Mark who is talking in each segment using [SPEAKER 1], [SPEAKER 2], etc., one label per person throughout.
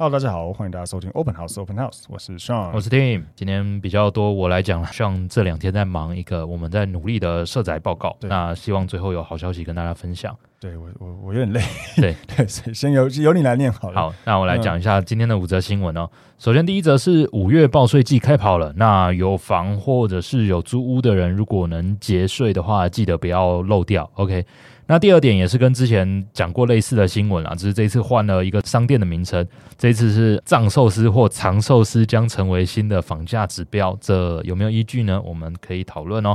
[SPEAKER 1] Hello，大家好，欢迎大家收听 Open House Open House，我是 Sean，
[SPEAKER 2] 我是 Tim，今天比较多我来讲，像这两天在忙一个我们在努力的社宅报告，
[SPEAKER 1] 对
[SPEAKER 2] 那希望最后有好消息跟大家分享。
[SPEAKER 1] 对我我我有点累，
[SPEAKER 2] 对
[SPEAKER 1] 对，所以先由由你来念好了。嗯
[SPEAKER 2] 好，那我来讲一下今天的五则新闻哦。首先，第一则是五月报税季开跑了，那有房或者是有租屋的人，如果能节税的话，记得不要漏掉。OK。那第二点也是跟之前讲过类似的新闻啦，只是这一次换了一个商店的名称，这一次是藏寿司或长寿司将成为新的房价指标，这有没有依据呢？我们可以讨论哦。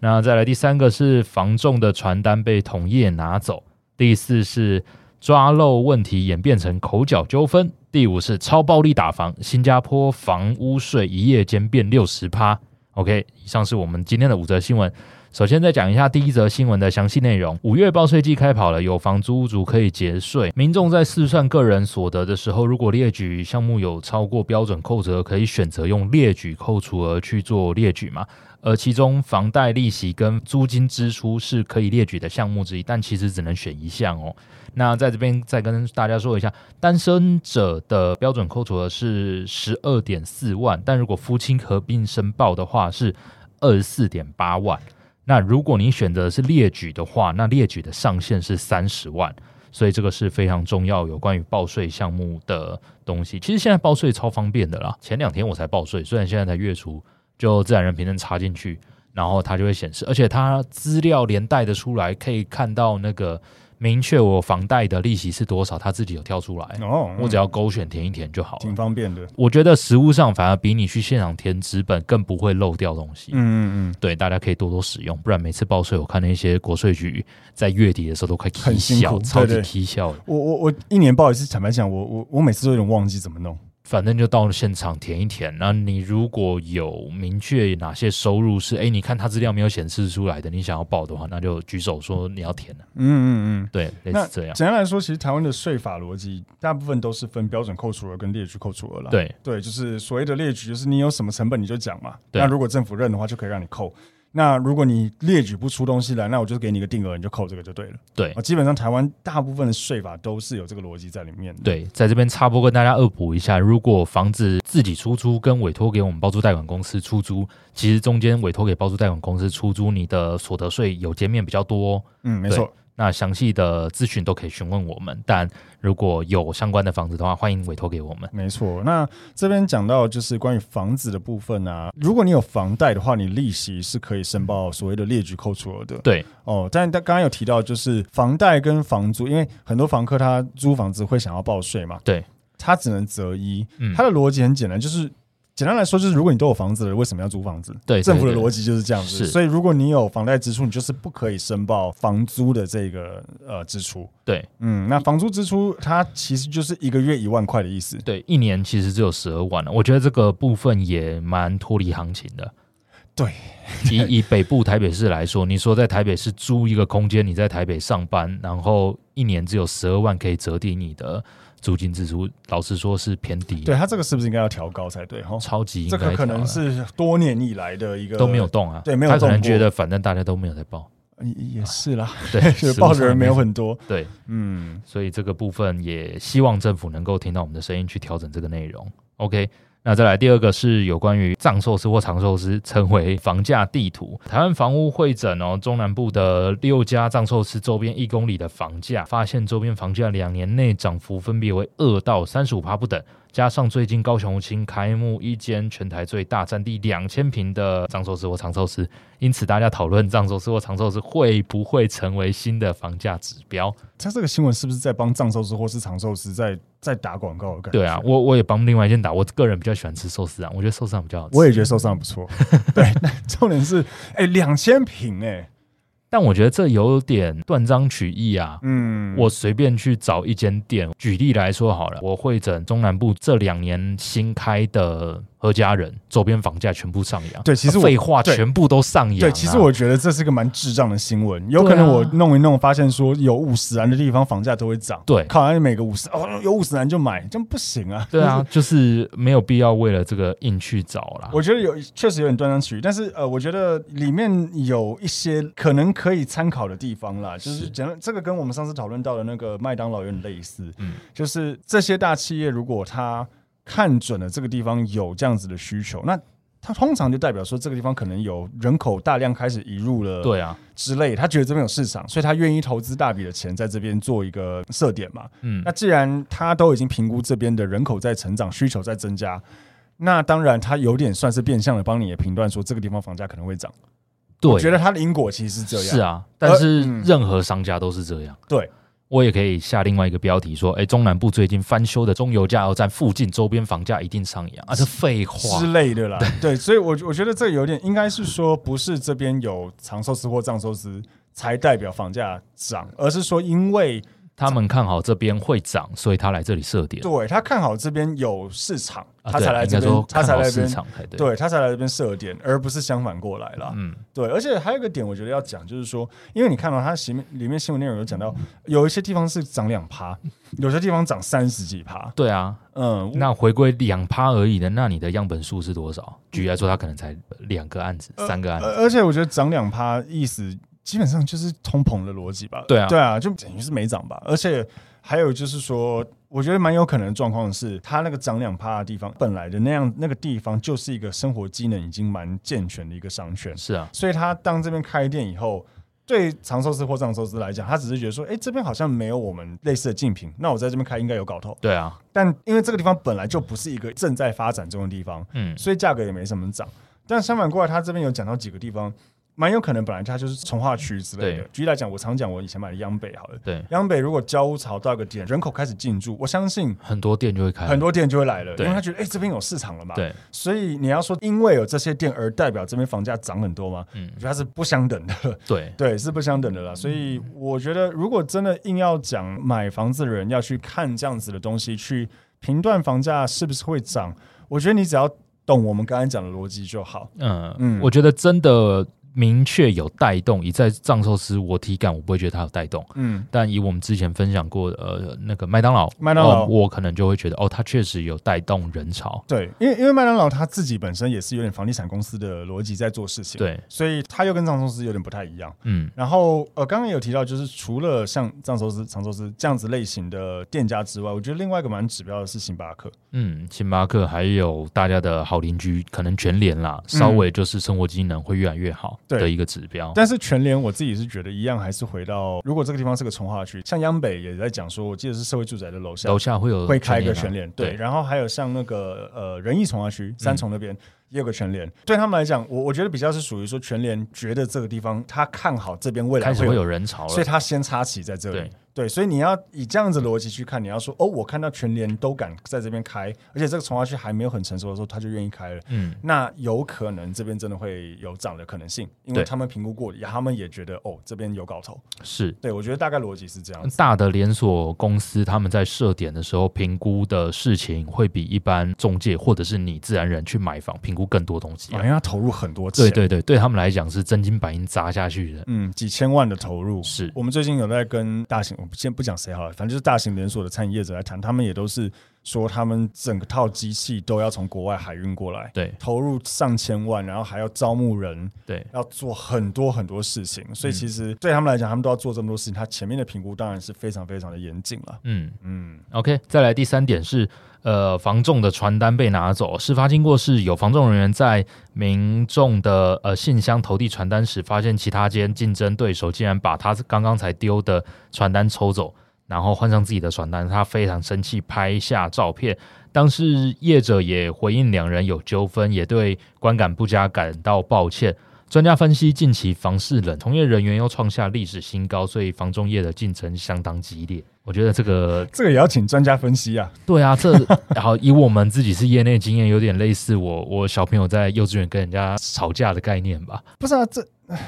[SPEAKER 2] 那再来第三个是房仲的传单被同业拿走，第四是抓漏问题演变成口角纠纷。第五是超暴力打房，新加坡房屋税一夜间变六十趴。OK，以上是我们今天的五则新闻。首先再讲一下第一则新闻的详细内容。五月报税季开跑了，有房租屋主可以节税。民众在试算个人所得的时候，如果列举项目有超过标准扣除额，可以选择用列举扣除额去做列举嘛。而其中房贷利息跟租金支出是可以列举的项目之一，但其实只能选一项哦。那在这边再跟大家说一下，单身者的标准扣除额是十二点四万，但如果夫妻合并申报的话是二十四点八万。那如果你选择是列举的话，那列举的上限是三十万，所以这个是非常重要有关于报税项目的东西。其实现在报税超方便的啦，前两天我才报税，虽然现在才月初，就自然人凭证插进去，然后它就会显示，而且它资料连带的出来，可以看到那个明确我房贷的利息是多少，它自己有跳出来，
[SPEAKER 1] 哦，
[SPEAKER 2] 我只要勾选填一填就好
[SPEAKER 1] 挺
[SPEAKER 2] 了。
[SPEAKER 1] 方便的，嗯
[SPEAKER 2] 我觉得实物上反而比你去现场填纸本更不会漏掉东西。
[SPEAKER 1] 嗯嗯嗯，
[SPEAKER 2] 对，大家可以多多使用，不然每次报税，我看那些国税局在月底的时候都快
[SPEAKER 1] 很
[SPEAKER 2] 踢
[SPEAKER 1] 辛
[SPEAKER 2] 笑
[SPEAKER 1] 苦，
[SPEAKER 2] 超级
[SPEAKER 1] 对对
[SPEAKER 2] 踢笑的。
[SPEAKER 1] 我我我一年报一次，坦白讲，我我我每次都有点忘记怎么弄。
[SPEAKER 2] 反正就到现场填一填，那你如果有明确哪些收入是，哎，你看他资料没有显示出来的，你想要报的话，那就举手说你要填了。
[SPEAKER 1] 嗯嗯嗯。
[SPEAKER 2] 对，类
[SPEAKER 1] 那
[SPEAKER 2] 似这样。
[SPEAKER 1] 简单来说，其实台湾的税法逻辑大部分都是分标准扣除额跟列举扣除额了。
[SPEAKER 2] 对，
[SPEAKER 1] 对，就是所谓的列举，就是你有什么成本你就讲嘛。
[SPEAKER 2] 对
[SPEAKER 1] 那如果政府认的话，就可以让你扣。那如果你列举不出东西来，那我就给你一个定额，你就扣这个就对了。
[SPEAKER 2] 对
[SPEAKER 1] 啊，，基本上台湾大部分的税法都是有这个逻辑在里面的。
[SPEAKER 2] 对，在这边插播跟大家恶补一下，如果房子自己出租跟委托给我们包租代管公司出租，其实中间委托给包租代管公司出租，你的所得税有减免比较多、哦。
[SPEAKER 1] 嗯，没错。
[SPEAKER 2] 那详细的咨询都可以询问我们，但如果有相关的房子的话，欢迎委托给我们。
[SPEAKER 1] 没错，那这边讲到就是关于房子的部分啊，如果你有房贷的话，你利息是可以申报所谓的列举扣除额的。
[SPEAKER 2] 对
[SPEAKER 1] 哦，但但刚刚有提到就是房贷跟房租，因为很多房客他租房子会想要报税嘛，
[SPEAKER 2] 对，
[SPEAKER 1] 他只能择一。
[SPEAKER 2] 嗯
[SPEAKER 1] 他的逻辑很简单，就是简单来说就是如果你都有房子了，为什么要租房子？
[SPEAKER 2] 对，
[SPEAKER 1] 政府的
[SPEAKER 2] 对
[SPEAKER 1] 逻辑就是这样子，
[SPEAKER 2] 是
[SPEAKER 1] 所以如果你有房贷支出，你就是不可以申报房租的这个呃支出。
[SPEAKER 2] 对
[SPEAKER 1] 嗯，那房租支出它其实就是一个月一万块的意思。
[SPEAKER 2] 对对，一年其实只有十二万了，啊我觉得这个部分也蛮脱离行情的。
[SPEAKER 1] 对，
[SPEAKER 2] 以以北部台北市来说，你说在台北市租一个空间，你在台北上班，然后一年只有十二万可以折抵你的租金支出，老实说是偏低，
[SPEAKER 1] 对，它这个是不是应该要调高才对？哈，
[SPEAKER 2] 超级应
[SPEAKER 1] 这
[SPEAKER 2] 该
[SPEAKER 1] 个可
[SPEAKER 2] 调
[SPEAKER 1] 能
[SPEAKER 2] 的
[SPEAKER 1] 是多年以来的一个
[SPEAKER 2] 都没有动啊，
[SPEAKER 1] 对没有
[SPEAKER 2] 他可
[SPEAKER 1] 动
[SPEAKER 2] 能
[SPEAKER 1] 过
[SPEAKER 2] 觉得反正大家都没有 在报，
[SPEAKER 1] 也 也是啦，
[SPEAKER 2] 对，
[SPEAKER 1] 就是
[SPEAKER 2] 实物
[SPEAKER 1] 报
[SPEAKER 2] 上
[SPEAKER 1] 的人
[SPEAKER 2] 也
[SPEAKER 1] 没有很多。
[SPEAKER 2] 对。
[SPEAKER 1] 嗯，
[SPEAKER 2] 所以这个部分也希望政府能够听到我们的声音去调整这个内容。OK，那再来第二个是有关于藏寿司或长寿司称为房价地图，台湾房屋会诊哦，中南部的六家藏寿司周边一公里的房价，发现周边房价两年内涨幅分别为二到三十五不等。加上最近高雄新开幕一间全台最大、占地两千平的藏寿司或长寿司，因此大家讨论藏寿司或长寿司会不会成为新的房价指标？
[SPEAKER 1] 他这个新闻是不是在帮藏寿司或是长寿司在在打广告的感觉？
[SPEAKER 2] 对啊，我我也帮另外一间打，我个人比较喜欢吃寿司啊，我觉得寿司啊比较好吃。
[SPEAKER 1] 我也觉得受伤不 错。对，那重点是，哎、两千平，哎，
[SPEAKER 2] 但我觉得这有点断章取义啊。
[SPEAKER 1] 嗯，
[SPEAKER 2] 我随便去找一间店，举例来说好了，我会诊中南部这两年新开的何家人，周边房价全部上扬。
[SPEAKER 1] 对其实我
[SPEAKER 2] 废话
[SPEAKER 1] 对
[SPEAKER 2] 全部都上扬啊、啊
[SPEAKER 1] 对，其实我觉得这是个蛮智障的新闻。有可能我弄一弄，发现说有五十元的地方房价都会涨。
[SPEAKER 2] 对
[SPEAKER 1] 靠，那每个五十哦，有五十元就买，这样不行啊。
[SPEAKER 2] 对啊，就是没有必要为了这个硬去找啦。
[SPEAKER 1] 我觉得有确实有点断章取义，但是呃，我觉得里面有一些可能可以参考的地方啦，就是
[SPEAKER 2] 是
[SPEAKER 1] 讲到这个跟我们上次讨论到的那个麦当劳有点类似，
[SPEAKER 2] 嗯
[SPEAKER 1] 就是这些大企业如果它看准了这个地方有这样子的需求，那它通常就代表说这个地方可能有人口大量开始移入了，
[SPEAKER 2] 对啊，
[SPEAKER 1] 之类，他觉得这边有市场，所以他愿意投资大笔的钱在这边做一个设点嘛。
[SPEAKER 2] 嗯
[SPEAKER 1] 那，既然他都已经评估这边的人口在成长，需求在增加，那当然他有点算是变相的帮你也评断说这个地方房价可能会涨。我觉
[SPEAKER 2] 对，
[SPEAKER 1] 得他的因果其实是这样。
[SPEAKER 2] 是
[SPEAKER 1] 啊，
[SPEAKER 2] 啊，但是任何商家都是这样。
[SPEAKER 1] 对，
[SPEAKER 2] 我也可以下另外一个标题说，哎，中南部最近翻修的中油加油站附近周边房价一定上扬啊，这废话
[SPEAKER 1] 之。类的啦。对，所以我我觉得这有点应该是说，不是这边有长寿司或藏寿司才代表房价涨，而是说因为
[SPEAKER 2] 他们看好这边会涨，所以他来这里设点。
[SPEAKER 1] 对他看好这边有市场，
[SPEAKER 2] 啊
[SPEAKER 1] 他
[SPEAKER 2] 对
[SPEAKER 1] 才来
[SPEAKER 2] 应
[SPEAKER 1] 这
[SPEAKER 2] 该
[SPEAKER 1] 边
[SPEAKER 2] 说，
[SPEAKER 1] 他
[SPEAKER 2] 看
[SPEAKER 1] 才
[SPEAKER 2] 好
[SPEAKER 1] 来这
[SPEAKER 2] 市
[SPEAKER 1] 边
[SPEAKER 2] 场才对。，
[SPEAKER 1] 对他啊才来这边设点，而不是相反过来啦。
[SPEAKER 2] 嗯，
[SPEAKER 1] 对，而且还有一个点，我觉得要讲，就是说，因为你看到它前面里面新闻内容有讲到，有一些地方是涨两趴，有些地方涨三十几趴。
[SPEAKER 2] 对啊，
[SPEAKER 1] 嗯，
[SPEAKER 2] 那回归两趴而已的，那你的样本数是多少？举例来说，他可能才两个案子、
[SPEAKER 1] 呃
[SPEAKER 2] 三个案子。
[SPEAKER 1] 而而且我觉得涨两趴意思基本上就是通膨的逻辑吧。
[SPEAKER 2] 对啊
[SPEAKER 1] 对啊，就等于是没涨吧。而且还有就是说，我觉得蛮有可能的状况是，它那个涨两趴的地方，本来的那样那个地方就是一个生活机能已经蛮健全的一个商圈，
[SPEAKER 2] 是啊，
[SPEAKER 1] 所以他当这边开店以后，对长寿司或藏寿司来讲，他只是觉得说，哎、这边好像没有我们类似的竞品，那我在这边开应该有搞头。
[SPEAKER 2] 对啊，
[SPEAKER 1] 但因为这个地方本来就不是一个正在发展中的地方，
[SPEAKER 2] 嗯，
[SPEAKER 1] 所以价格也没什么涨。但相反过来，他这边有讲到几个地方，蛮有可能本来它就是从化区之类的
[SPEAKER 2] 对。
[SPEAKER 1] 举例来讲，我常讲我以前买的央北好了，
[SPEAKER 2] 对，
[SPEAKER 1] 央北如果交屋潮到一个点，人口开始进驻，我相信
[SPEAKER 2] 很多店就会开了
[SPEAKER 1] 很多店就会来了，因
[SPEAKER 2] 哎对
[SPEAKER 1] 为他觉得哎、诶这边有市场了嘛。
[SPEAKER 2] 对，
[SPEAKER 1] 所以你要说因为有这些店而代表这边房价涨很多吗？
[SPEAKER 2] 嗯
[SPEAKER 1] 我觉得它是不相等的，
[SPEAKER 2] 对，
[SPEAKER 1] 对，是不相等的啦。所以我觉得，如果真的硬要讲买房子的人要去看这样子的东西，去评断房价是不是会涨，我觉得你只要懂我们刚才讲的逻辑就好。
[SPEAKER 2] 嗯
[SPEAKER 1] 嗯
[SPEAKER 2] 嗯，我觉得真的明确有带动，以在藏寿司我体感，我不会觉得它有带动。
[SPEAKER 1] 嗯，
[SPEAKER 2] 但以我们之前分享过的呃那个麦当劳，
[SPEAKER 1] 麦当劳
[SPEAKER 2] 哦我可能就会觉得哦，它确实有带动人潮。
[SPEAKER 1] 对，因为因为麦当劳它自己本身也是有点房地产公司的逻辑在做事情，，
[SPEAKER 2] 对，
[SPEAKER 1] 所以它又跟上公司有点不太一样。
[SPEAKER 2] 嗯，
[SPEAKER 1] 然后呃，刚刚有提到，就是除了像藏寿司、长寿司这样子类型的店家之外，我觉得另外一个蛮指标的是星巴克。
[SPEAKER 2] 嗯，星巴克还有大家的好邻居，可能全联啦，稍微就是生活机能会越来越好
[SPEAKER 1] 嗯对
[SPEAKER 2] 的一个指标。
[SPEAKER 1] 但是全联我自己是觉得一样，还是回到如果这个地方是个从化区，像央北也在讲说，我记得是社会住宅的楼下
[SPEAKER 2] 楼下会有
[SPEAKER 1] 会开一个
[SPEAKER 2] 啊
[SPEAKER 1] 全联，对，
[SPEAKER 2] 对，
[SPEAKER 1] 然后还有像那个呃仁义从化区三重那边。也有个全联，对他们来讲，我我觉得比较是属于说全联觉得这个地方他看好这边未来
[SPEAKER 2] 开始
[SPEAKER 1] 会有
[SPEAKER 2] 会有人潮
[SPEAKER 1] 所以
[SPEAKER 2] 了。
[SPEAKER 1] 他先插旗在这里。
[SPEAKER 2] 对
[SPEAKER 1] 所以你要以这样子的逻辑去看，你要说哦，我看到全联都敢在这边开，而且这个从化区还没有很成熟的时候，他就愿意开了。
[SPEAKER 2] 嗯，
[SPEAKER 1] 那有可能这边真的会有涨的可能性，因为
[SPEAKER 2] 对
[SPEAKER 1] 他们评估过，他们也觉得哦这边有搞头。
[SPEAKER 2] 是。
[SPEAKER 1] 对我觉得大概逻辑是这样子。
[SPEAKER 2] 大的连锁公司他们在设点的时候评估的事情，会比一般中介或者是你自然人去买房评估更多东西
[SPEAKER 1] 好
[SPEAKER 2] 啊、
[SPEAKER 1] 像要投入很多钱，
[SPEAKER 2] 对对对，对他们来讲是真金白银砸下去的。
[SPEAKER 1] 嗯，几千万的投入
[SPEAKER 2] 是
[SPEAKER 1] 我们最近有在跟大型，我先不讲谁好了，反正就是大型连锁的餐饮业者来谈，他们也都是说他们整个套机器都要从国外海运过来，
[SPEAKER 2] 对
[SPEAKER 1] 投入上千万，然后还要招募人，
[SPEAKER 2] 对，嗯
[SPEAKER 1] 要做很多很多事情，所以其实对他们来讲，他们都要做这么多事情，他前面的评估当然是非常非常的严谨了。
[SPEAKER 2] 嗯
[SPEAKER 1] 嗯，
[SPEAKER 2] ，OK。再来第三点是，呃房仲的传单被拿走。事发经过是有房仲人员在民众的呃信箱投递传单时，发现其他间竞争对手竟然把他刚刚才丢的传单抽走，然后换上自己的传单，他非常生气，拍下照片。当事业者也回应两人有纠纷，也对观感不佳感到抱歉。专家分析，近期房市冷，从业人员又创下历史新高，所以房中业的竞争相当激烈。我觉得这个
[SPEAKER 1] 这个也要请专家分析啊。
[SPEAKER 2] 对啊，这好以我们自己是业内经验，有点类似我我小朋友在幼稚园跟人家吵架的概念吧。
[SPEAKER 1] 不是啊，这 唉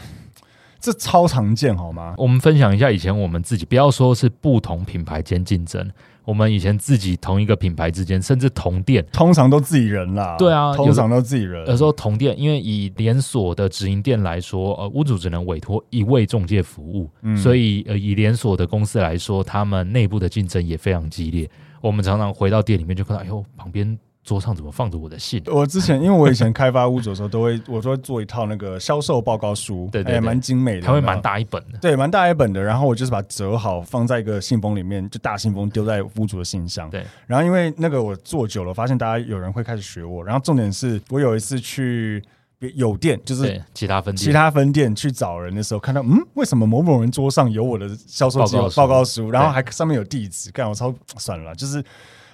[SPEAKER 1] 这超常见好吗？
[SPEAKER 2] 我们分享一下以前我们自己，不要说是不同品牌间竞争，我们以前自己同一个品牌之间，甚至同店，
[SPEAKER 1] 通常都自己人啦。
[SPEAKER 2] 对啊
[SPEAKER 1] 通常都自己人。
[SPEAKER 2] 有时候同店，因为以连锁的直营店来说，呃，屋主只能委托一位中介服务，所以呃，以连锁的公司来说，他们内部的竞争也非常激烈。我们常常回到店里面就看到，哎呦，旁边桌上怎么放着我的信？
[SPEAKER 1] 我之前因为我以前开发屋主的时候，都会我都会做一套那个销售报告书，
[SPEAKER 2] 对对对
[SPEAKER 1] 哎蛮精美的，
[SPEAKER 2] 它会蛮
[SPEAKER 1] 有没有。
[SPEAKER 2] 大一本的。
[SPEAKER 1] 对，蛮大一本的，然后我就是把它折好，放在一个信封里面，就大信封丢在屋主的信箱。
[SPEAKER 2] 对，
[SPEAKER 1] 然后因为那个我做久了，发现大家有人会开始学我。然后重点是我有一次去别有店，就是
[SPEAKER 2] 对，其他分店
[SPEAKER 1] 其他分店去找人的时候，看到嗯，为什么某某人桌上有我的销售计划
[SPEAKER 2] 报告书
[SPEAKER 1] 报告书，然后
[SPEAKER 2] 对
[SPEAKER 1] 还上面有地址，干我超算了啦，就是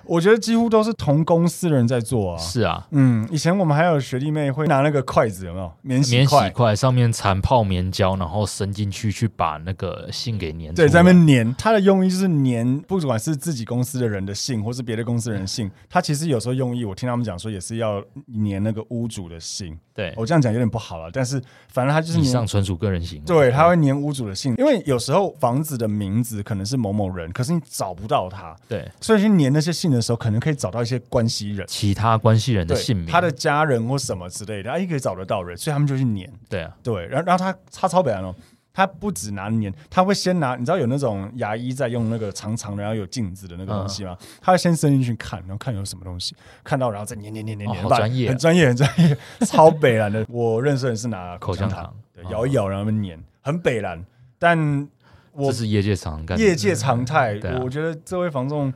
[SPEAKER 1] 我觉得几乎都是同公司的人在做啊。
[SPEAKER 2] 是啊，
[SPEAKER 1] 嗯，以前我们还有学弟妹会拿那个筷子，有没有免洗
[SPEAKER 2] 免洗
[SPEAKER 1] 筷？
[SPEAKER 2] 块上面缠泡棉胶，然后伸进去去把那个信给粘
[SPEAKER 1] 对，
[SPEAKER 2] 出
[SPEAKER 1] 在那
[SPEAKER 2] 来
[SPEAKER 1] 边粘，它的用意就是粘，不管是自己公司的人的信，或是别的公司的人的信，它其实有时候用意，我听他们讲说也是要粘那个屋主的信。
[SPEAKER 2] 对，
[SPEAKER 1] 我这样讲有点不好了，但是反正它哦就是
[SPEAKER 2] 以
[SPEAKER 1] 粘
[SPEAKER 2] 上纯属个人行为。
[SPEAKER 1] 对，他会粘屋主的姓，因为有时候房子的名字可能是某某人，可是你找不到他，
[SPEAKER 2] 对
[SPEAKER 1] 所以去粘那些姓的时候，可能可以找到一些关系人，
[SPEAKER 2] 其他关系人的
[SPEAKER 1] 对
[SPEAKER 2] 姓名，
[SPEAKER 1] 他的家人或什么之类的，哎，可以找得到人，所以他们就去粘。
[SPEAKER 2] 对啊，
[SPEAKER 1] 对，然后然后他他超北蓝哦，他不只拿粘，他会先拿，你知道有那种牙医在用那个长长的，然后有镜子的那个东西吗？
[SPEAKER 2] 嗯
[SPEAKER 1] 他会先伸进去看，然后看有什么东西，看到然后再粘粘粘粘
[SPEAKER 2] 哦
[SPEAKER 1] 粘，
[SPEAKER 2] 好
[SPEAKER 1] 把
[SPEAKER 2] 专业啊
[SPEAKER 1] 很专业，很专业，超北蓝的。我认识的人是拿
[SPEAKER 2] 口香
[SPEAKER 1] 香
[SPEAKER 2] 糖
[SPEAKER 1] 对
[SPEAKER 2] 嗯
[SPEAKER 1] 摇一摇然后粘，很北蓝，但
[SPEAKER 2] 这
[SPEAKER 1] 我
[SPEAKER 2] 是业界常干的，
[SPEAKER 1] 业界常态，
[SPEAKER 2] 对啊
[SPEAKER 1] 我觉得这位房仲。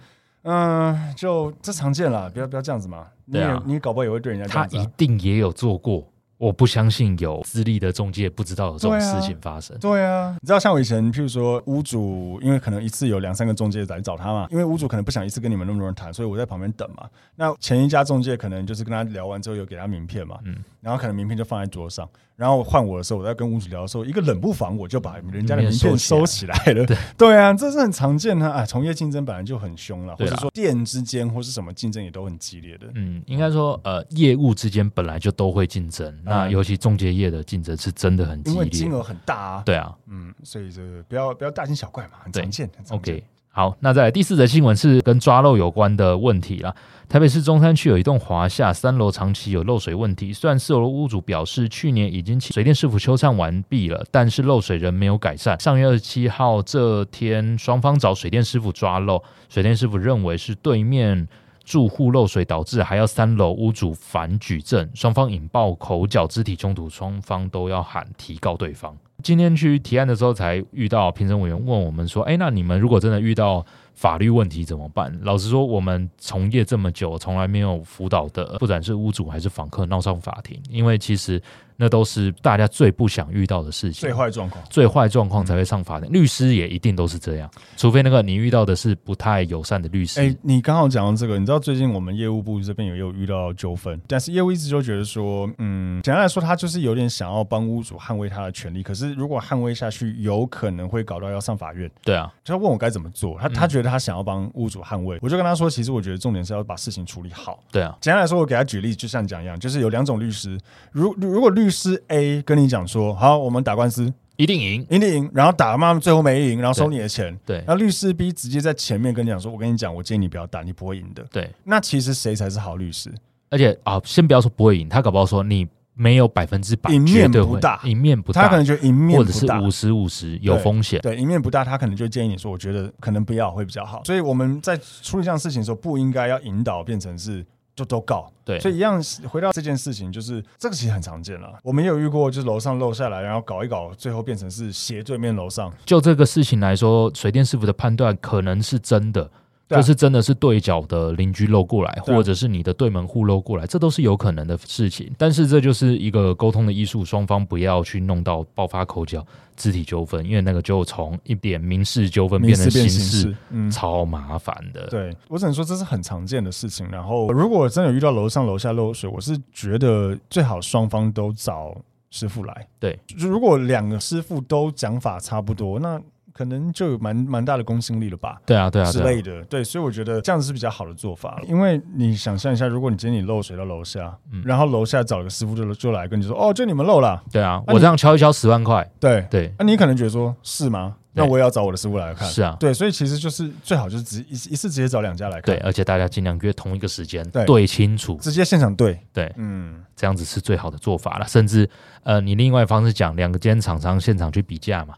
[SPEAKER 1] 嗯，就这常见啦，不要不要这样子嘛。你也、
[SPEAKER 2] 对啊
[SPEAKER 1] 你搞不好也会对人家这
[SPEAKER 2] 他
[SPEAKER 1] 样子啊、
[SPEAKER 2] 一定也有做过。我不相信有资历的中介不知道有这种事情发生。
[SPEAKER 1] 对啊，你知道像我以前，譬如说屋主，因为可能一次有两三个中介来找他嘛，因为屋主可能不想一次跟你们那么多人谈，所以我在旁边等嘛。那前一家中介可能就是跟他聊完之后有给他名片嘛，嗯，然后可能名片就放在桌上，然后换我的时候，我在跟屋主聊的时候，一个冷不防我就把人家的名片嗯收起来了。对啊，这是很常见的啊，从业竞争本来就很凶了，或
[SPEAKER 2] 对啊
[SPEAKER 1] 者说店之间或是什么竞争也都很激烈的。
[SPEAKER 2] 嗯，应该说，呃，业务之间本来就都会竞争，那尤其中介业的竞争是真的很
[SPEAKER 1] 嗯
[SPEAKER 2] 激
[SPEAKER 1] 因为金
[SPEAKER 2] 烈。
[SPEAKER 1] 额很大啊，
[SPEAKER 2] 对啊
[SPEAKER 1] 嗯，所以这个不要不要大惊小怪嘛，很常见，很常见。
[SPEAKER 2] ，OK。好，那在第四则新闻是跟抓漏有关的问题啦。台北市中山区有一栋华夏三楼长期有漏水问题，虽然四楼屋主表示去年已经请水电师傅修缮完毕了，但是漏水仍没有改善。上月二十七号这天，双方找水电师傅抓漏，水电师傅认为是对面住户漏水导致，还要三楼屋主反举证，双方引爆口角、肢体冲突，双方都要喊提告对方。今天去提案的时候，才遇到评审委员问我们说：“哎，那你们如果真的遇到法律问题怎么办？”老实说，我们从业这么久，从来没有辅导的，不管是屋主还是房客闹上法庭，因为其实那都是大家最不想遇到的事情，
[SPEAKER 1] 最坏状况。
[SPEAKER 2] 最坏状况才会上法庭。律师也一定都是这样，除非那个你遇到的是不太友善的律师。
[SPEAKER 1] 哎、你刚好讲到这个，你知道最近我们业务部这边也有遇到纠纷，但是业务一直就觉得说，嗯，简单来说，他就是有点想要帮屋主捍卫他的权利，可是如果捍卫下去，有可能会搞到要上法院。
[SPEAKER 2] 对啊，
[SPEAKER 1] 他问我该怎么做，他他觉得他想要帮屋主捍卫，我就跟他说，其实我觉得重点是要把事情处理好。
[SPEAKER 2] 对啊，
[SPEAKER 1] 简单来说，我给他举例，就像你讲一样，就是有两种律师，如如果律师 A 跟你讲说，好，我们打官司
[SPEAKER 2] 一定赢。
[SPEAKER 1] 赢定赢，然后打他妈最后没赢，然后收你的钱。
[SPEAKER 2] 对
[SPEAKER 1] 然后律师 B 直接在前面跟你讲说：“我跟你讲，我建议你不要打，你不会赢的。”
[SPEAKER 2] 对，
[SPEAKER 1] 那其实谁才是好律师？
[SPEAKER 2] 而且啊，先不要说不会赢，他搞不好说你没有百分之百
[SPEAKER 1] 赢面
[SPEAKER 2] 绝对
[SPEAKER 1] 不
[SPEAKER 2] 会
[SPEAKER 1] 大
[SPEAKER 2] 赢面不大，
[SPEAKER 1] 他可能觉得赢面
[SPEAKER 2] 或者
[SPEAKER 1] 不
[SPEAKER 2] 是
[SPEAKER 1] 大，
[SPEAKER 2] 五十五十有风险。
[SPEAKER 1] 对，赢面不大，他可能就建议你说，我觉得可能不要会比较好。所以我们在处理这样的事情的时候，不应该要引导变成是就都告。
[SPEAKER 2] 对
[SPEAKER 1] 所以一样回到这件事情，就是这个其实很常见了。我们也有遇过，就是楼上漏下来，然后搞一搞，最后变成是斜对面楼上。
[SPEAKER 2] 就这个事情来说，水电师傅的判断可能是真的，
[SPEAKER 1] 对啊
[SPEAKER 2] 就是真的是对角的邻居漏过来，
[SPEAKER 1] 对啊
[SPEAKER 2] 或者是你的对门户漏过来，这都是有可能的事情。但是这就是一个沟通的艺术，双方不要去弄到爆发口角、肢体纠纷，因为那个就从一点民事纠纷
[SPEAKER 1] 民
[SPEAKER 2] 变
[SPEAKER 1] 事
[SPEAKER 2] 成
[SPEAKER 1] 变
[SPEAKER 2] 刑
[SPEAKER 1] 刑
[SPEAKER 2] 事，
[SPEAKER 1] 事，嗯，
[SPEAKER 2] 超麻烦的。
[SPEAKER 1] 对我只能说这是很常见的事情。然后，呃如果真的有遇到楼上楼下漏水，我是觉得最好双方都找师傅来。
[SPEAKER 2] 对，
[SPEAKER 1] 就如果两个师傅都讲法差不多，那可能就有蛮蛮大的公信力了吧。
[SPEAKER 2] 对啊，对啊，
[SPEAKER 1] 之
[SPEAKER 2] 对
[SPEAKER 1] 类
[SPEAKER 2] 啊，
[SPEAKER 1] 的，对，所以我觉得这样子是比较好的做法，因为你想象一下，如果你今天你漏水到楼下，
[SPEAKER 2] 嗯
[SPEAKER 1] 然后楼下找个师傅就就来跟你说，哦，就你们漏了，
[SPEAKER 2] 对啊！
[SPEAKER 1] 那
[SPEAKER 2] 我
[SPEAKER 1] 你
[SPEAKER 2] 这样敲一敲十万块，
[SPEAKER 1] 对，
[SPEAKER 2] 对，
[SPEAKER 1] 那、你可能觉得说是吗？那
[SPEAKER 2] 对
[SPEAKER 1] 我也要找我的师傅来看，
[SPEAKER 2] 是啊
[SPEAKER 1] 对，所以其实就是最好就是直一一次直接找两家来看
[SPEAKER 2] 对，，而且大家尽量约同一个时间，
[SPEAKER 1] 对
[SPEAKER 2] 对清楚，
[SPEAKER 1] 直接现场对，
[SPEAKER 2] 对，
[SPEAKER 1] 嗯，
[SPEAKER 2] 这样子是最好的做法了。甚至呃，你另外一方式讲，两个间厂商现场去比价嘛，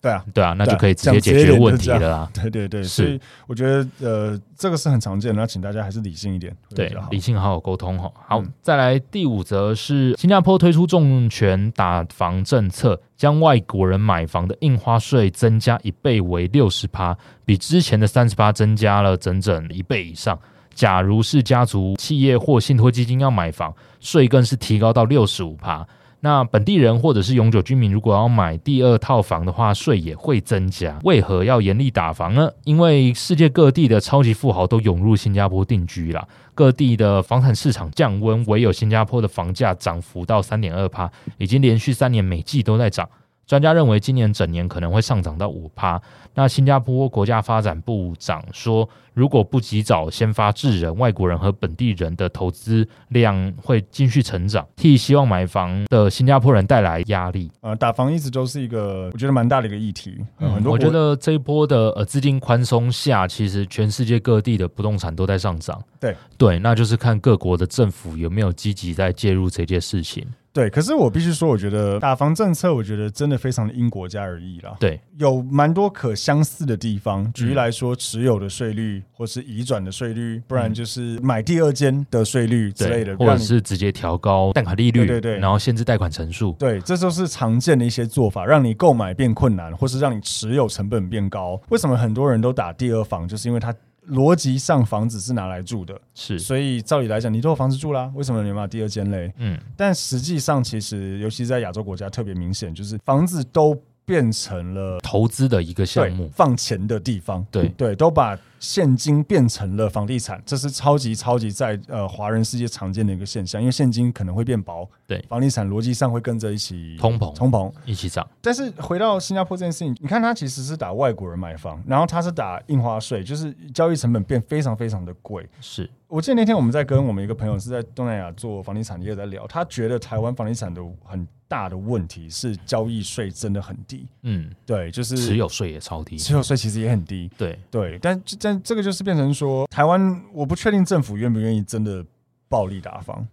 [SPEAKER 1] 对啊，
[SPEAKER 2] 对啊，那
[SPEAKER 1] 对啊
[SPEAKER 2] 就可以直
[SPEAKER 1] 讲
[SPEAKER 2] 接
[SPEAKER 1] 直接
[SPEAKER 2] 解决
[SPEAKER 1] 点
[SPEAKER 2] 问
[SPEAKER 1] 就
[SPEAKER 2] 题
[SPEAKER 1] 这样
[SPEAKER 2] 了啦。
[SPEAKER 1] 对对对，
[SPEAKER 2] 是
[SPEAKER 1] 所以我觉得呃，这个是很常见的，那请大家还是理性一点，会比
[SPEAKER 2] 对
[SPEAKER 1] 较，好
[SPEAKER 2] 理性好好沟通哈。好，
[SPEAKER 1] 嗯
[SPEAKER 2] 再来第五则是新加坡推出重拳打房政策，将外国人买房的印花税增加一倍为六十趴，比之前的三十趴增加了整整一倍以上。假如是家族企业或信托基金要买房，税更是提高到六十五趴。那本地人或者是永久居民，如果要买第二套房的话，税也会增加。为何要严厉打房呢？因为世界各地的超级富豪都涌入新加坡定居啦，各地的房产市场降温，唯有新加坡的房价涨幅到三点二趴，已经连续三年每季都在涨。专家认为，今年整年可能会上涨到五趴。那新加坡国家发展部长说，如果不及早先发制人，外国人和本地人的投资量会继续成长，替希望买房的新加坡人带来压力。
[SPEAKER 1] 呃，打房一直都是一个我觉得蛮大的一个议题，呃很多
[SPEAKER 2] 嗯
[SPEAKER 1] 国
[SPEAKER 2] 我觉得这一波的呃资金宽松下，其实全世界各地的不动产都在上涨。
[SPEAKER 1] 对
[SPEAKER 2] 对，那就是看各国的政府有没有积极在介入这件事情。
[SPEAKER 1] 对，可是我必须说，我觉得打房政策，我觉得真的非常的因国家而异啦。
[SPEAKER 2] 对，嗯
[SPEAKER 1] 有蛮多可相似的地方。举例来说，持有的税率，或是移转的税率，不然就是买第二间的税率之类
[SPEAKER 2] 嗯对
[SPEAKER 1] 的，，
[SPEAKER 2] 或
[SPEAKER 1] 让
[SPEAKER 2] 者
[SPEAKER 1] 你
[SPEAKER 2] 是直接调高贷款利率，
[SPEAKER 1] 对对对
[SPEAKER 2] 然后限制贷款成数。
[SPEAKER 1] 对，这就是常见的一些做法，让你购买变困难，或是让你持有成本变高。为什么很多人都打第二房，就是因为它逻辑上房子是拿来住的，
[SPEAKER 2] 是，
[SPEAKER 1] 所以照理来讲，你都有房子住啦，为什么你没有第二间嘞？
[SPEAKER 2] 嗯，
[SPEAKER 1] 但实际上，其实尤其在亚洲国家特别明显，就是房子都变成了
[SPEAKER 2] 投资的一个项
[SPEAKER 1] 对
[SPEAKER 2] 目。
[SPEAKER 1] 放钱的地方，
[SPEAKER 2] 对
[SPEAKER 1] 对，都把现金变成了房地产，这是超级超级在呃华人世界常见的一个现象，因为现金可能会变薄，
[SPEAKER 2] 对
[SPEAKER 1] 房地产逻辑上会跟着一起
[SPEAKER 2] 通膨
[SPEAKER 1] 通膨。
[SPEAKER 2] 一起涨，
[SPEAKER 1] 但是回到新加坡这件事情，你看它其实是打外国人买房，然后它是打印花税，就是交易成本变非常非常的贵，
[SPEAKER 2] 是
[SPEAKER 1] 我记得那天我们在跟我们一个朋友是在东南亚做房地产业在聊，他觉得台湾房地产的很大的问题是交易税真的很低，
[SPEAKER 2] 嗯，
[SPEAKER 1] 对，就是
[SPEAKER 2] 持有税也超低，
[SPEAKER 1] 持有税其实也很低，
[SPEAKER 2] 对，
[SPEAKER 1] 对，但但这个就是变成说，台湾我不确定政府愿不愿意真的暴力打房，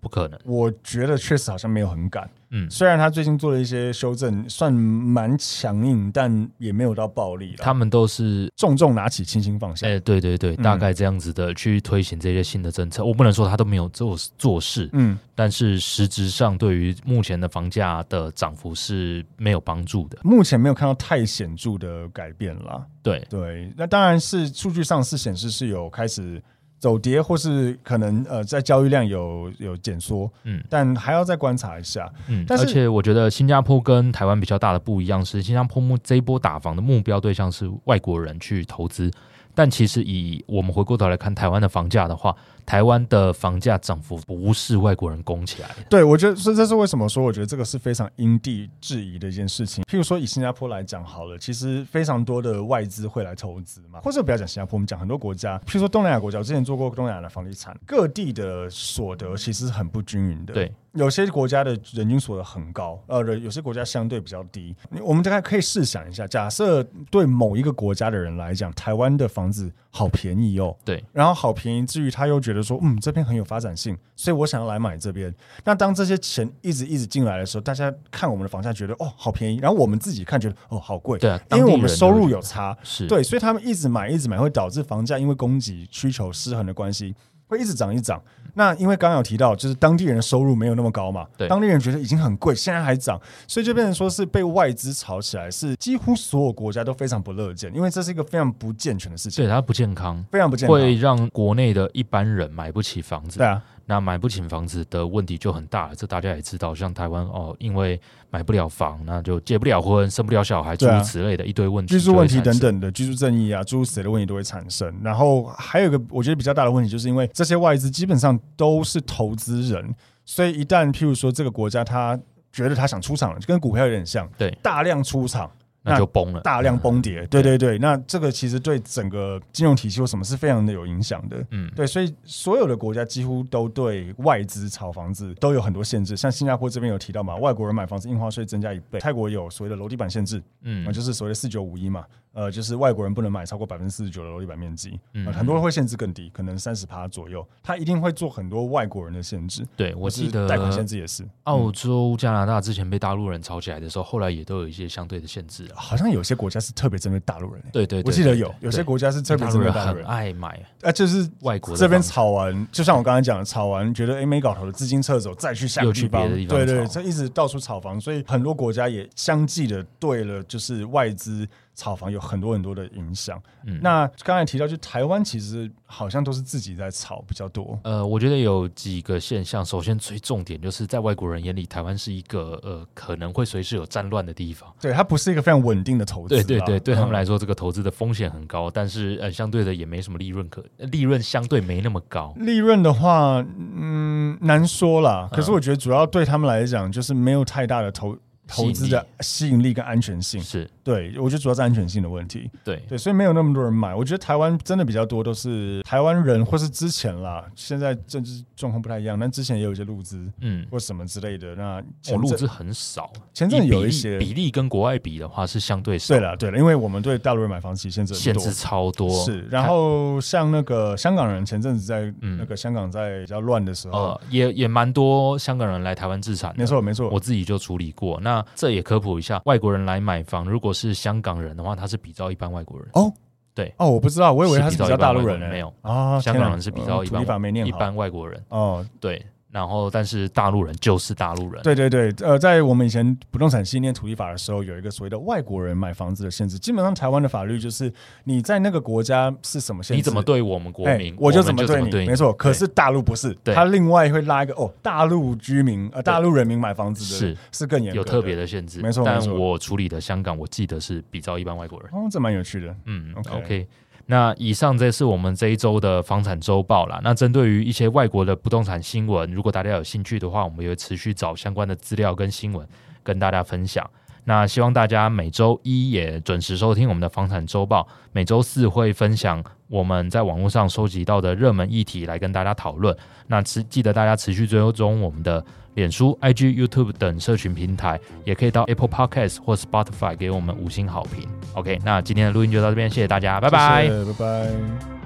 [SPEAKER 2] 不可能，
[SPEAKER 1] 我觉得确实好像没有很敢，
[SPEAKER 2] 嗯，
[SPEAKER 1] 虽然他最近做了一些修正，算蛮强硬，但也没有到暴力了，
[SPEAKER 2] 他们都是。
[SPEAKER 1] 重重拿起，轻轻放下，
[SPEAKER 2] 哎、对对对，
[SPEAKER 1] 嗯
[SPEAKER 2] 大概这样子的去推行这些新的政策，我不能说他都没有做做事，
[SPEAKER 1] 嗯，
[SPEAKER 2] 但是实质上对于目前的房价的涨幅是没有帮助的。
[SPEAKER 1] 目前没有看到太显著的改变啦。
[SPEAKER 2] 对，
[SPEAKER 1] 对，那当然是数据上是显示是有开始走跌，或是可能呃在交易量有有减缩，
[SPEAKER 2] 嗯
[SPEAKER 1] 但还要再观察一下。
[SPEAKER 2] 嗯，
[SPEAKER 1] 但是
[SPEAKER 2] 而且我觉得新加坡跟台湾比较大的不一样是，新加坡目这一波打房的目标对象是外国人去投资，但其实以我们回过头来看台湾的房价的话，台湾的房价涨幅不是外国人供起来的。
[SPEAKER 1] 对，我觉得所以这是为什么说，我觉得这个是非常因地制宜的一件事情。譬如说以新加坡来讲好了，其实非常多的外资会来投资嘛，或者不要讲新加坡，我们讲很多国家，譬如说东南亚国家，我之前做过东南亚的房地产，各地的所得其实是很不均匀的。
[SPEAKER 2] 对，
[SPEAKER 1] 有些国家的人均所得很高，呃，有些国家相对比较低。你我们大概可以试想一下，假设对某一个国家的人来讲，台湾的房子好便宜哦，
[SPEAKER 2] 对，
[SPEAKER 1] 然后好便宜，至于他又觉得说，嗯，这边很有发展性，所以我想要来买这边。那当这些钱一直一直进来的时候，大家看我们的房价觉得哦好便宜，然后我们自己看觉得哦好贵，
[SPEAKER 2] 对啊
[SPEAKER 1] 因为我
[SPEAKER 2] 当地
[SPEAKER 1] 们
[SPEAKER 2] 人
[SPEAKER 1] 收
[SPEAKER 2] 都
[SPEAKER 1] 入
[SPEAKER 2] 会
[SPEAKER 1] 有差，
[SPEAKER 2] 是，
[SPEAKER 1] 对，所以他们一直买一直买，会导致房价因为供给需求失衡的关系。会一直涨，一直涨。那因为刚刚有提到，就是当地人的收入没有那么高嘛，
[SPEAKER 2] 对
[SPEAKER 1] 当地人觉得已经很贵，现在还涨，所以就变成说是被外资炒起来，是几乎所有国家都非常不乐见，因为这是一个非常不健全的事情
[SPEAKER 2] 对，，它不健康，
[SPEAKER 1] 非常不健康。
[SPEAKER 2] 会让国内的一般人买不起房子
[SPEAKER 1] 对。啊，
[SPEAKER 2] 那买不起房子的问题就很大了，这大家也知道。像台湾哦，因为买不了房，那就结不了婚，生不了小孩，诸
[SPEAKER 1] 对啊
[SPEAKER 2] 如此类的一堆问题，
[SPEAKER 1] 居住问题等。等的居住正义啊，诸如此类的问题都会产生。然后还有一个我觉得比较大的问题，就是因为这些外资基本上都是投资人，所以一旦譬如说这个国家他觉得他想出场了，就跟股票有点像，
[SPEAKER 2] 对
[SPEAKER 1] 大量出场。
[SPEAKER 2] 那就崩了，
[SPEAKER 1] 大量
[SPEAKER 2] 嗯。
[SPEAKER 1] 崩跌，对对对，那这个其实对整个金融体系或什么是非常的有影响的，
[SPEAKER 2] 嗯
[SPEAKER 1] 对，所以所有的国家几乎都对外资炒房子都有很多限制，像新加坡这边有提到嘛，外国人买房子印花税增加一倍，泰国有所谓的楼地板限制，
[SPEAKER 2] 嗯
[SPEAKER 1] 啊，，就是所谓的四九五一嘛，呃，就是外国人不能买超过百分之四十九的楼地板面积，
[SPEAKER 2] 嗯
[SPEAKER 1] 呃很多人会限制更低，可能三十趴左右，他一定会做很多外国人的限制，
[SPEAKER 2] 对我
[SPEAKER 1] 或
[SPEAKER 2] 记
[SPEAKER 1] 是
[SPEAKER 2] 得
[SPEAKER 1] 贷款限制嗯也是，
[SPEAKER 2] 澳洲、加拿大之前被大陆人炒起来的时候，后来也都有一些相对的限制啊。
[SPEAKER 1] 好像有些国家是特别针对大陆人、欸。
[SPEAKER 2] 对对，对
[SPEAKER 1] 我记得
[SPEAKER 2] 对
[SPEAKER 1] 有
[SPEAKER 2] 对
[SPEAKER 1] 有些
[SPEAKER 2] 对
[SPEAKER 1] 国家是特别
[SPEAKER 2] 大
[SPEAKER 1] 针对
[SPEAKER 2] 陆人
[SPEAKER 1] 大陆
[SPEAKER 2] 很
[SPEAKER 1] 人，
[SPEAKER 2] 爱买，
[SPEAKER 1] 啊，就是
[SPEAKER 2] 外国的
[SPEAKER 1] 这边
[SPEAKER 2] 房子
[SPEAKER 1] 炒完，就像我刚才讲，的，炒完觉得哎没搞头的资金撤走，再去下
[SPEAKER 2] 又
[SPEAKER 1] 个
[SPEAKER 2] 去
[SPEAKER 1] 地方，
[SPEAKER 2] 别的地方
[SPEAKER 1] 对对，
[SPEAKER 2] 炒
[SPEAKER 1] 这一直到处炒房，所以很多国家也相继的对了，就是外资炒房有很多很多的影响。
[SPEAKER 2] 嗯
[SPEAKER 1] 那刚才提到，就台湾其实好像都是自己在炒比较多，
[SPEAKER 2] 呃，我觉得有几个现象。首先，最重点就是在外国人眼里，台湾是一个呃可能会随时有战乱的地方。
[SPEAKER 1] 对，它不是一个非常稳定的投资
[SPEAKER 2] 对
[SPEAKER 1] 啦，
[SPEAKER 2] 对对，对他们
[SPEAKER 1] 嗯
[SPEAKER 2] 来说，这个投资的风险很高，但是呃，相对的也没什么利润可，利润相对没那么高。
[SPEAKER 1] 嗯利润的话，嗯，难说啦。可是我觉得主要对他们来讲，就是没有太大的投投资的吸引力跟安全性。
[SPEAKER 2] 是，
[SPEAKER 1] 对，我觉得主要是安全性的问题。
[SPEAKER 2] 对，
[SPEAKER 1] 嗯对，所以没有那么多人买。我觉得台湾真的比较多都是台湾人，或是之前啦，现在政治状况不太一样，但之前也有一些路资
[SPEAKER 2] 嗯，
[SPEAKER 1] 或什么之类的。那
[SPEAKER 2] 我
[SPEAKER 1] 前
[SPEAKER 2] 录
[SPEAKER 1] 阵
[SPEAKER 2] 制很少，
[SPEAKER 1] 哦前阵
[SPEAKER 2] 以
[SPEAKER 1] 有
[SPEAKER 2] 比
[SPEAKER 1] 一
[SPEAKER 2] 例
[SPEAKER 1] 些
[SPEAKER 2] 比例跟国外比的话是相对少
[SPEAKER 1] 对，了对了，因为我们对大陆人买房其实限制
[SPEAKER 2] 限
[SPEAKER 1] 很多
[SPEAKER 2] 制。超多。
[SPEAKER 1] 是，然
[SPEAKER 2] 看
[SPEAKER 1] 后像那个香港人前阵子在
[SPEAKER 2] 嗯
[SPEAKER 1] 那个香港在比较乱的时候，
[SPEAKER 2] 呃，也也蛮多香港人来台湾自产的，
[SPEAKER 1] 哦没错没错，
[SPEAKER 2] 我自己就处理过。那这也科普一下，外国人来买房，如果是香港人的话，他是比照一般外国人，
[SPEAKER 1] 哦
[SPEAKER 2] 对
[SPEAKER 1] 哦，我不知道，我以为他是
[SPEAKER 2] 是
[SPEAKER 1] 比
[SPEAKER 2] 比
[SPEAKER 1] 较
[SPEAKER 2] 较
[SPEAKER 1] 大
[SPEAKER 2] 大
[SPEAKER 1] 陆
[SPEAKER 2] 陆
[SPEAKER 1] 人
[SPEAKER 2] 人
[SPEAKER 1] 呢、
[SPEAKER 2] 没有
[SPEAKER 1] 啊，
[SPEAKER 2] 香港人是比较
[SPEAKER 1] 一
[SPEAKER 2] 一
[SPEAKER 1] 般
[SPEAKER 2] 般
[SPEAKER 1] 法没念
[SPEAKER 2] 一
[SPEAKER 1] 好
[SPEAKER 2] 般外国人
[SPEAKER 1] 哦，
[SPEAKER 2] 对。然后，但是大陆人就是大陆人，
[SPEAKER 1] 对对对，呃，在我们以前不动产系念土地法的时候，有一个所谓的外国人买房子的限制。基本上台湾的法律就是你在那个国家是什么限制，
[SPEAKER 2] 你怎么对我们国
[SPEAKER 1] 哎
[SPEAKER 2] 民，
[SPEAKER 1] 我就
[SPEAKER 2] 们
[SPEAKER 1] 怎
[SPEAKER 2] 怎
[SPEAKER 1] 么对
[SPEAKER 2] 你，
[SPEAKER 1] 没错。可是大陆不是，
[SPEAKER 2] 对
[SPEAKER 1] 他另外会拉一个哦，大陆居民呃，大陆人民买房子的
[SPEAKER 2] 是
[SPEAKER 1] 是更严
[SPEAKER 2] 对
[SPEAKER 1] 格
[SPEAKER 2] 有特别
[SPEAKER 1] 的。
[SPEAKER 2] 的限制，
[SPEAKER 1] 没错没
[SPEAKER 2] 但
[SPEAKER 1] 错
[SPEAKER 2] 我处理的香港，我记得是比照一般外国人。
[SPEAKER 1] 哦，这蛮有趣的。
[SPEAKER 2] 嗯
[SPEAKER 1] OK
[SPEAKER 2] ，OK。那以上这是我们这一周的房产周报啦。那针对于一些外国的不动产新闻，如果大家有兴趣的话，我们也会持续找相关的资料跟新闻跟大家分享。那希望大家每周一也准时收听我们的房产周报，每周四会分享我们在网络上收集到的热门议题来跟大家讨论。那持记得大家持续追踪我们的脸书、IG、YouTube 等社群平台，也可以到 Apple Podcast 或 Spotify 给我们五星好评。OK，那今天的录音就到这边，谢谢大家，拜拜。
[SPEAKER 1] 谢谢拜拜。